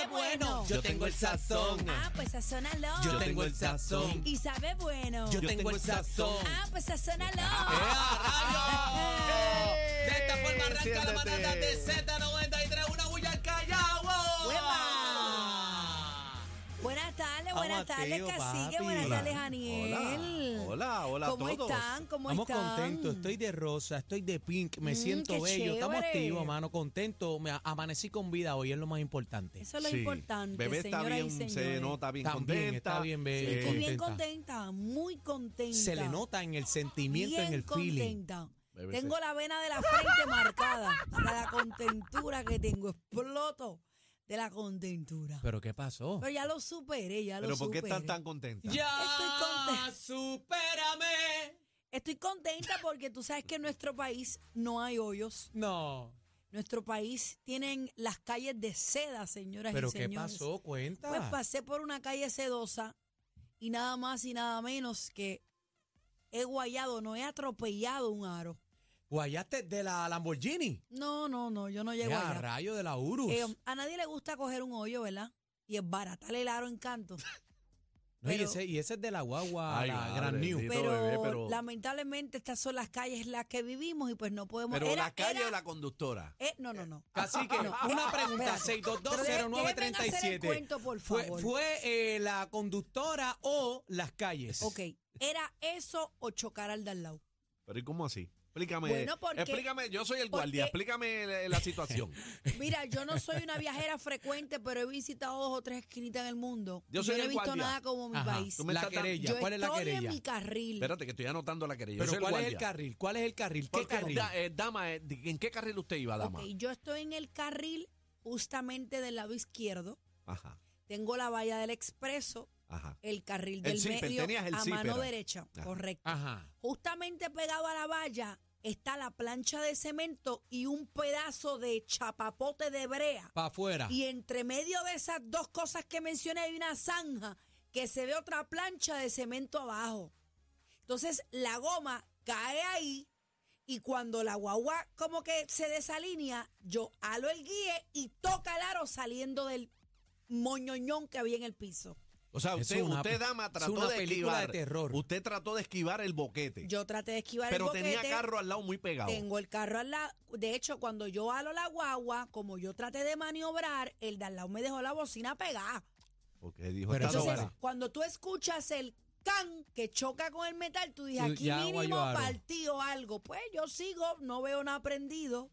sazón. Yo tengo el sazón. Ah, pues sazónalo. Yo tengo el sazón. Y sabe bueno. Yo tengo el sazón. Ah, pues sazónalo. ¡Ea, rayos! De esta forma arranca la Siéntate. manada de Z93, una bulla al Callao. ¡Hueva! Buenas tardes, buenas Vamos, tardes, tío, Cacique. papi. Buenas Hola. tardes, Aniel. Hola, hola a ¿Cómo todos. están? ¿Cómo Estamos están? contentos, estoy de rosa, estoy de pink, me Mm, qué siento bello, estamos chévere. activos, mano, contento, me a- amanecí con vida hoy, es lo más importante. Eso es lo Sí. importante, Bebé está señoras y bien, se señores. nota bien Está bien, contenta. está bien, bebé. Estoy Eh, bien contenta. contenta, muy contenta. Se le nota en el sentimiento, bien en el feeling. contenta. Bebé, Tengo la vena de la frente marcada. O sea, la contentura que tengo. Exploto de la contentura. Pero ¿qué pasó? Pero ya lo superé, ya lo Pero ¿por qué superé. están tan contentas? Ya, contenta. supérame. Estoy contenta porque tú sabes que en nuestro país no hay hoyos. No. Nuestro país tienen las calles de seda, señoras Pero y ¿qué señores. pasó? Cuenta. Pues pasé por una calle sedosa y nada más y nada menos que he guayado, no he atropellado un aro. Guayaste de la Lamborghini. No, no, no, yo no llego Ya, allá. rayo de la Urus. Eh, a nadie le gusta coger un hoyo, ¿verdad? Y es baratar el aro en canto. No, y, pero- ese, y ese es de la guagua, Ay, la madre Gran New. bendita. Pero, bebé, pero- lamentablemente estas son las calles en las que vivimos y pues no podemos... Pero era- la calle era- o la conductora. eh, no, no, no. Así que, No, una pregunta, espérate. Pero déjenme hacer el 6220937. cuento, por ¿Fue, favor. fue eh, la conductora o las calles? Ok, era eso o chocar al de al lado. Pero ¿y cómo así? Explícame. Bueno, porque- explícame, yo soy el porque- guardia, explícame la, la situación. Mira, yo no soy una viajera frecuente, pero he visitado dos o tres esquinitas en el mundo. Yo Y soy no he el visto guardia. nada como mi Ajá. país. Tú me La estás dando- querella, Yo ¿cuál es la estoy en querella? mi carril. Espérate, que estoy anotando la querella. yo Pero soy el ¿cuál es el guardia. carril? ¿Cuál es el carril? ¿Qué Porque, carril? da- eh, dama, eh, di- ¿en qué carril usted iba, dama? Ok, yo estoy en el carril justamente del lado izquierdo. Ajá, Tengo la valla del expreso, ajá. el carril El del zíper, medio tenías el Ah. a zíper. mano derecha. Ajá. Correcto. Ajá. Justamente pegado a la valla está la plancha de cemento y un pedazo de chapapote de brea. Para Ah. afuera. Y entre medio de esas dos cosas que mencioné hay una zanja que se ve otra plancha de cemento abajo. Entonces la goma cae ahí y cuando la guagua como que se desalinea, yo halo el guíe y toca el aro saliendo del moñoñón que había en el piso. O sea, Es usted, una- usted, dama, es trató una de película esquivar. de terror. Usted trató de esquivar el boquete. Yo traté de esquivar pero el boquete. tenía carro al lado muy pegado. Tengo el carro al lado. De hecho, cuando yo halo la guagua, como yo traté de maniobrar, el de al lado me dejó la bocina pegada. Porque dijo, Pero esta eso Entonces, Claro. loca. cuando tú escuchas el can que choca con el metal, tú dices, Tú aquí ya mínimo guayaron. partido algo. Pues yo sigo, no veo nada aprendido.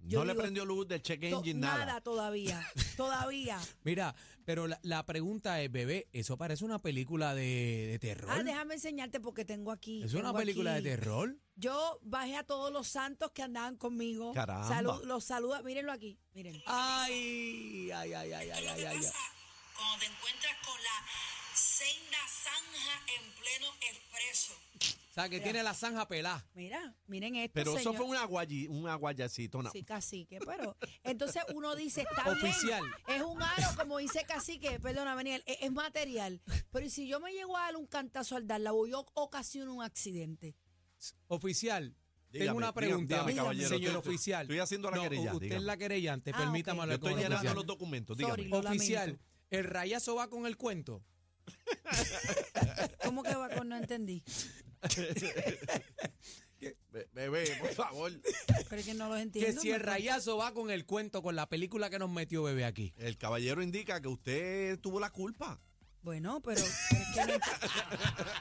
yo no le digo, prendió luz del check to- engine, nada. nada. todavía, todavía. Mira, pero la, la pregunta es, bebé, eso parece una película de, de terror. Ah, déjame enseñarte porque tengo aquí. ¿Es una tengo película aquí. de terror? Yo bajé a todos los santos que andaban conmigo. Caramba. Salud- los saluda, mírenlo aquí, miren. Ay, ay, ay, ay, ay, ay, ay. cuando te encuentras con la senda zanja en pleno expreso. O sea, que tiene la zanja pelada. Mira, miren esto, Pero eso señor. fue una, guayi, una guayacitona. Sí, cacique, pero entonces uno dice, está Oficial. bien, es un aro, como dice cacique, perdona, Daniel, e-, es, es material. Pero ¿y si yo me llego a dar un cantazo al darla o yo ocasiono un accidente? Oficial, tengo Dígame, una dígame, pregunta, dígame, caballero, señor estoy- oficial. estoy haciendo la No, querella, Usted es dígame. la querellante, Ah, permítame ok. Yo hablar estoy con el llenando oficial. los documentos, Sorry, dígame. lo Oficial, lamento. el rayazo va con el cuento. ¿Cómo que va con no entendí? Be- Bebé, por favor. Pero es que no los entiendo. Que si el ¿no? rayazo va con el cuento, con la película que nos metió bebé aquí. El caballero indica que usted tuvo la culpa. Bueno, pero, pero es que no-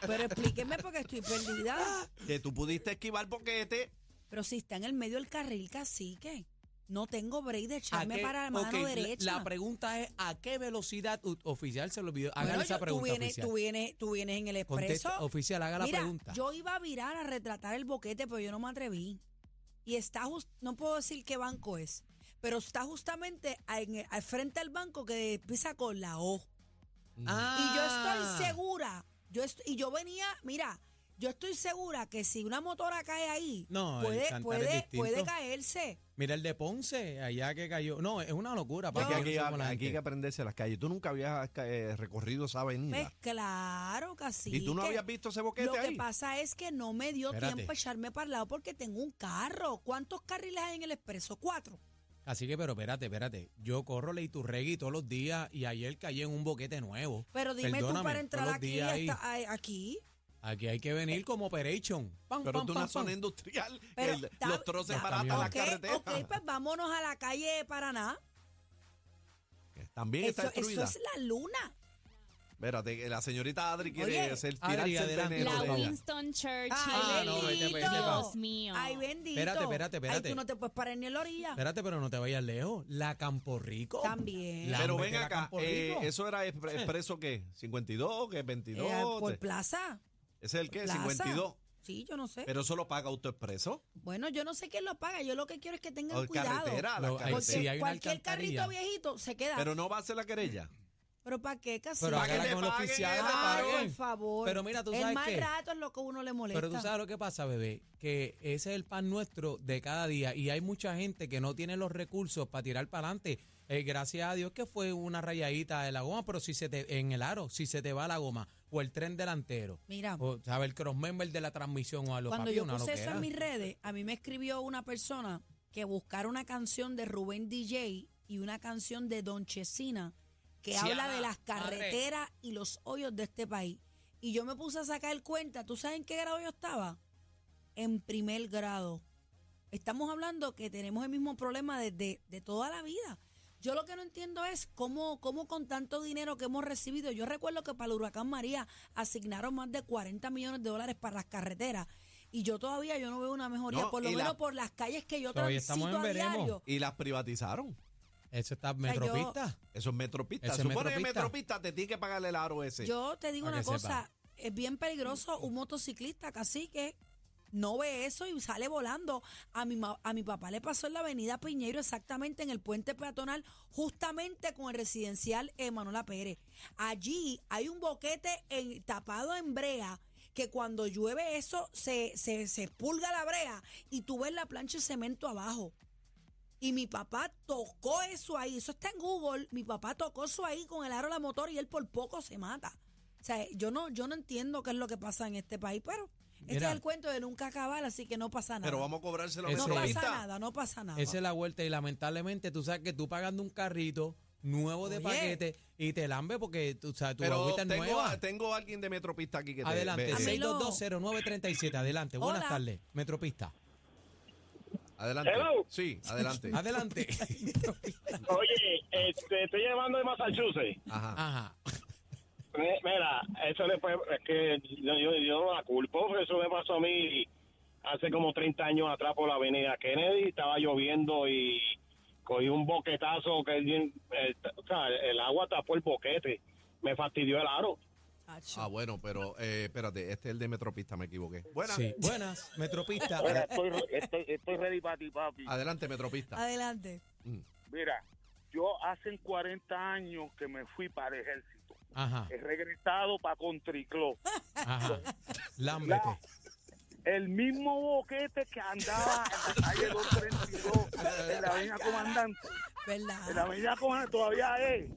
pero explíqueme porque estoy perdida. Que tú pudiste esquivar boquete. Pero si está en el medio del carril, cacique, no tengo break de ¿A echarme qué- para la mano ok, la- derecha. La, pregunta es, ¿a qué velocidad u- oficial se lo olvidó? Hagan Bueno, esa yo- tú pregunta, vienes, oficial. tú, vienes, tú vienes en el expreso. Contesta, oficial, haga la Mira, pregunta. yo iba a virar a retratar el boquete, pero yo no me atreví. Y está just, no puedo decir qué banco es, pero está justamente a- en- al frente al banco que empieza con la O. Y yo Ah. estoy segura, yo est- y yo venía, mira, yo estoy segura que si una motora cae ahí, No, el puede, cantar es puede, distinto. puede caerse. Mira el de Ponce, allá que cayó. No, es una locura. Porque ¿para qué aquí, no somos la aquí hay que gente? aprenderse las calles. Tú nunca habías eh, recorrido esa Pues avenida. claro, casi. ¿Y tú no habías visto ese boquete Lo que ahí? pasa es que no me dio Espérate. tiempo a echarme para el lado porque tengo un carro. ¿Cuántos carriles hay en el expreso? Cuatro. Así que, pero espérate, espérate. Yo corro Leiturregui todos los días y ayer caí en un boquete nuevo. Pero dime Perdóname, tú para entrar todos los aquí, días ahí. hasta- a- aquí. Aquí hay que venir como operation. Pam, Pero pam, tú pam, una zona pam. industrial, Pero el- ta- los troces ta- baratos a la en las ok, carreteras. ok, pues vámonos a la calle de Paraná. También Eso, está eso destruida. es la luna. Espérate, que la señorita Adri quiere Oye, hacer, Adri, tirarse el adelante, veneno por La de favor. ella. Winston Churchill. Ah, no, vete, vete, Dios mío. Ay, bendito. Espérate, espérate, Ay, espérate. tú no te puedes parar ni en la orilla. Espérate, pero no te vayas lejos. La Campo Rico. También. La Pero hombre ven que la acá, Campo eh, Rico. ¿eso era expre- expreso qué? ¿52? ¿Qué? Eh, por ¿22? Te- plaza. ¿Ese es el qué? plaza. ¿52? Sí, yo no sé. Pero eso lo paga AutoExpreso. bueno, yo no sé quién lo paga. Yo lo que quiero es que tengan O el cuidado. carretera, la Lo- ahí Porque sí, hay carretera. una cualquier carrito alcantarilla. viejito se queda. Pero, Pero no va a ser la querella. ¿para qué, casi? Pero Pa' que hágala te con los paguen, oficiales. que te Ay, paguen. por favor. Pero mira, tú El sabes más qué. rato es lo que a uno le molesta. Pero tú sabes lo que pasa, bebé, que ese es el pan nuestro de cada día y hay mucha gente que no tiene los recursos para tirar para adelante. Eh, gracias a Dios que fue una rayadita de la goma, pero si se te en el aro, si se te va la goma o el tren delantero, Mira, o sabe el crossmember de la transmisión o a los cuando papi, yo una puse eso loquera. en mis redes, a mí me escribió una persona que buscara una canción de Rubén DJ y una canción de Don Chesina que Sí, habla ama, de las madre. carreteras y los hoyos de este país. Y yo me puse a sacar cuenta. ¿Tú sabes en qué grado yo estaba? En primer grado. Estamos hablando que tenemos el mismo problema desde de toda la vida. Yo lo que no entiendo es cómo, cómo con tanto dinero que hemos recibido, yo recuerdo que para el huracán María asignaron más de 40 millones de dólares para las carreteras y yo todavía yo no veo una mejoría, No, por lo y la- menos por las calles que yo Todavía transito estamos en a veremos. diario. Y las privatizaron. Eso está sea, yo- metropista. Eso es metropista. Ese es Supone que metropista. metropista te tiene que pagarle el aro ese. Yo te digo Para una que cosa, es bien peligroso un motociclista, casi que no ve eso y sale volando. A mi, ma- a mi papá le pasó en la avenida Piñeiro, exactamente en el puente peatonal, justamente con el residencial eh, Manuela Pérez. Allí hay un boquete en- tapado en brea que cuando llueve eso se, se, se pulga la brea y tú ves la plancha de cemento abajo. Y mi papá tocó eso ahí. Eso está en Google. Mi papá tocó eso ahí con el aro de la motor y él por poco se mata. O sea, yo no, yo no entiendo qué es lo que pasa en este país, pero este Mira. es el cuento de nunca acabar, así que no pasa nada. Pero vamos a cobrárselo a Ese- no metropista. pasa nada, no pasa nada. Esa es la vuelta y lamentablemente tú sabes que tú pagando un carrito nuevo de Oye. paquete y te lambe porque tú sabes, tu Pero agüita es tengo, nueva. a, tengo a alguien de metropista aquí que te Adelante, ve- eh, A mí lo- 6220937, adelante. Buenas Hola. tardes, Metropista. Adelante. Hello. Sí, adelante. Adelante. Oye, este, estoy llamando de Massachusetts. Ajá. Ajá. Me- Mira, eso le puede- es que yo, yo- yo no la culpo, porque eso me pasó a mí hace como 30 años atrás por la avenida Kennedy, estaba lloviendo y cogí un boquetazo que alguien- el, o sea, el agua tapó el boquete, me fastidió el aro. Chacho. Ah, bueno, pero eh, espérate, este es el de metropista, me equivoqué. Buenas. Sí, buenas, Metropista. Ahora estoy, estoy, estoy ready para ti, papi. Adelante, metropista. Adelante. Mm. Mira, yo hace 40 años que me fui para el ejército. Ajá, He regresado para Country Club. ajá. Lámbete. El mismo boquete que andaba en la calle 232 en la avenida Comandante. En la ¿Verdad? avenida Comandante todavía es.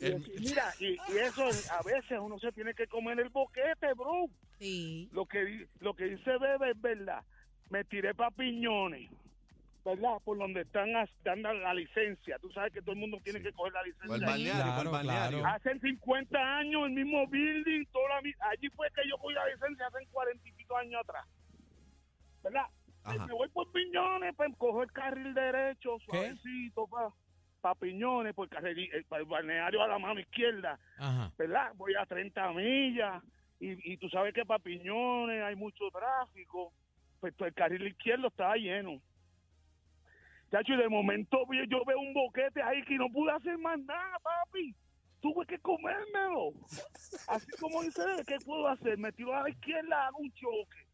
Y El- así, mira, y, y eso es- a veces uno se tiene que comer el boquete, bro. Sí. Lo que, di- lo que dice Bebe es verdad. Me tiré para piñones, ¿verdad? Por donde están as- dando la licencia. Tú sabes que todo el mundo tiene Sí. Pues que coger la O el licencia. ahí. balneario, o el Claro, balneario. claro. Hace 50 años, el mismo building, toda la mi- allí fue que yo cogí la licencia hace 40 y pico años atrás. ¿Verdad? Ajá. Me voy por piñones, pues cojo el carril derecho, ¿Qué? suavecito, para pa piñones, por el, carril- el- pa el balneario a la mano izquierda. Ajá. ¿verdad? Voy a 30 millas y, y tú sabes que para Piñones hay mucho tráfico. Pues pues, el carril izquierdo estaba lleno. Chacho, y de momento vi- yo veo un boquete ahí que no pude hacer más nada, papi. Tuve que comérmelo. Así como dice, ¿qué puedo hacer? Me tiro a la izquierda, hago un choque.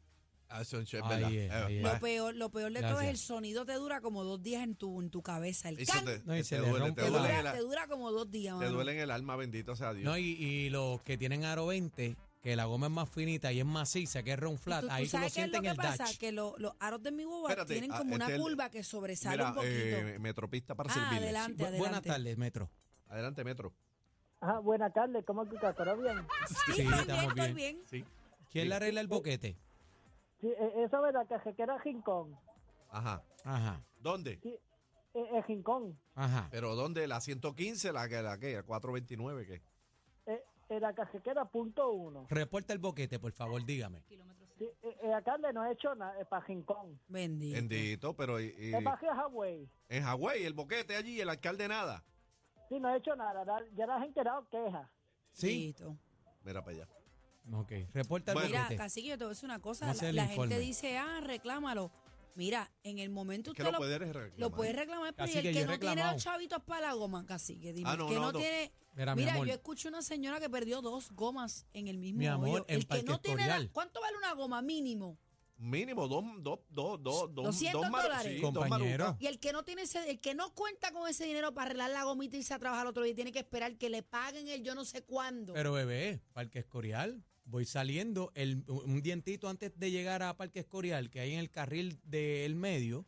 Ah, eso es Ahí verdad. es, Eh, ahí es. Lo bueno. peor, lo peor de todo es Gracias. el sonido te dura como dos días en tu, en tu cabeza. El Eso can te, No, y te se le duele, rompe te te, duele, dura, el, te dura como dos días. te mano. duele en el alma, bendito sea Dios. No, y, y los que tienen aro 20, que la goma es más finita y es maciza, que es ron flat, ¿Tú, tú ahí tú, lo sabes qué es sientes lo en que el pasa? dash. Que lo- los aros de mi boba Espérate, tienen ah, como una este es el- curva que sobresale Mira, un poquito. eh, metropista para Ah, servirle. adelante. Bu- Buenas adelante. tardes, Metro. Adelante, metro. Ajá, buenas tardes, ¿cómo tú estás? ¿Todo bien? Sí, Sí, estoy bien, estamos estoy bien. bien. Sí. ¿Quién le arregla el boquete? eh, Sí, e- eso es verdad, que se queda rincón. Ajá. Ajá. ¿Dónde? eh, el Rincón, Ajá. Pero ¿dónde? ¿La 115? ¿La que? ¿La que? ¿La 429? ¿Qué? eh, en la cajequera punto uno. Reporta el boquete, por favor, dígame. Sí, eh, eh, la Carle no ha hecho nada, es para Rincón. Bendito. Bendito, pero y- y- Es para Hawái. en Hawái, el boquete allí, el alcalde nada. Sí, no ha hecho nada, da- ya la gente ha dado quejas. Sí. Bendito. Mira para allá. Ok. Reporta el Bueno. Mira, boquete. Cacique, yo te voy a decir una cosa. No sé la el la informe. gente dice, ah, reclámalo. Mira, en el momento Es usted que lo lo, puedes reclamar. lo puede reclamar, pero y Cacique, el yo que he no tiene reclamado. los chavitos para la goma, Cacique, dime. Ah, el no, que no, no, no. tiene... Mira, mi Mira, amor. yo escuché una señora que perdió dos gomas en el mismo Mi amor, hoyo. en El que no Parque tiene la- Escorial. ¿Cuánto vale una goma mínimo? Mínimo dos, dos, dos, dos, dos, 200 dos maru- dólares. sí, dos Compañero. marucas. Y el que no tiene ese, el que no cuenta con ese dinero para arreglar la gomita y irse a trabajar al otro día, tiene que esperar que le paguen el yo no sé cuándo. Pero bebé, Parque Escorial. Voy saliendo el, un dientito antes de llegar a Parque Escorial, que hay en el carril del medio.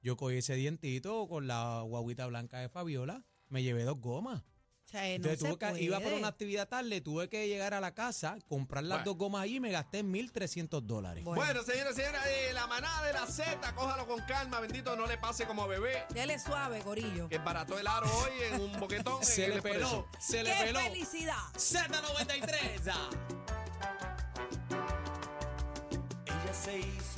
Yo cogí ese dientito con la guaguita blanca de Fabiola. Me llevé dos gomas. o sea, eh, no Entonces se tuve que, iba para puede. una actividad tarde, tuve que llegar a la casa, comprar las Bueno. dos gomas allí y me gasté 1.300 dólares. Bueno, Bueno, señores, señoras, eh, la manada de la Z, cójalo con calma, bendito, no le pase como a bebé, dele suave, gorillo. que barató el aro hoy en un boquetón. Se en le el peló, expreso. se le ¡Qué peló. felicidad! Z93. ah. Ella se hizo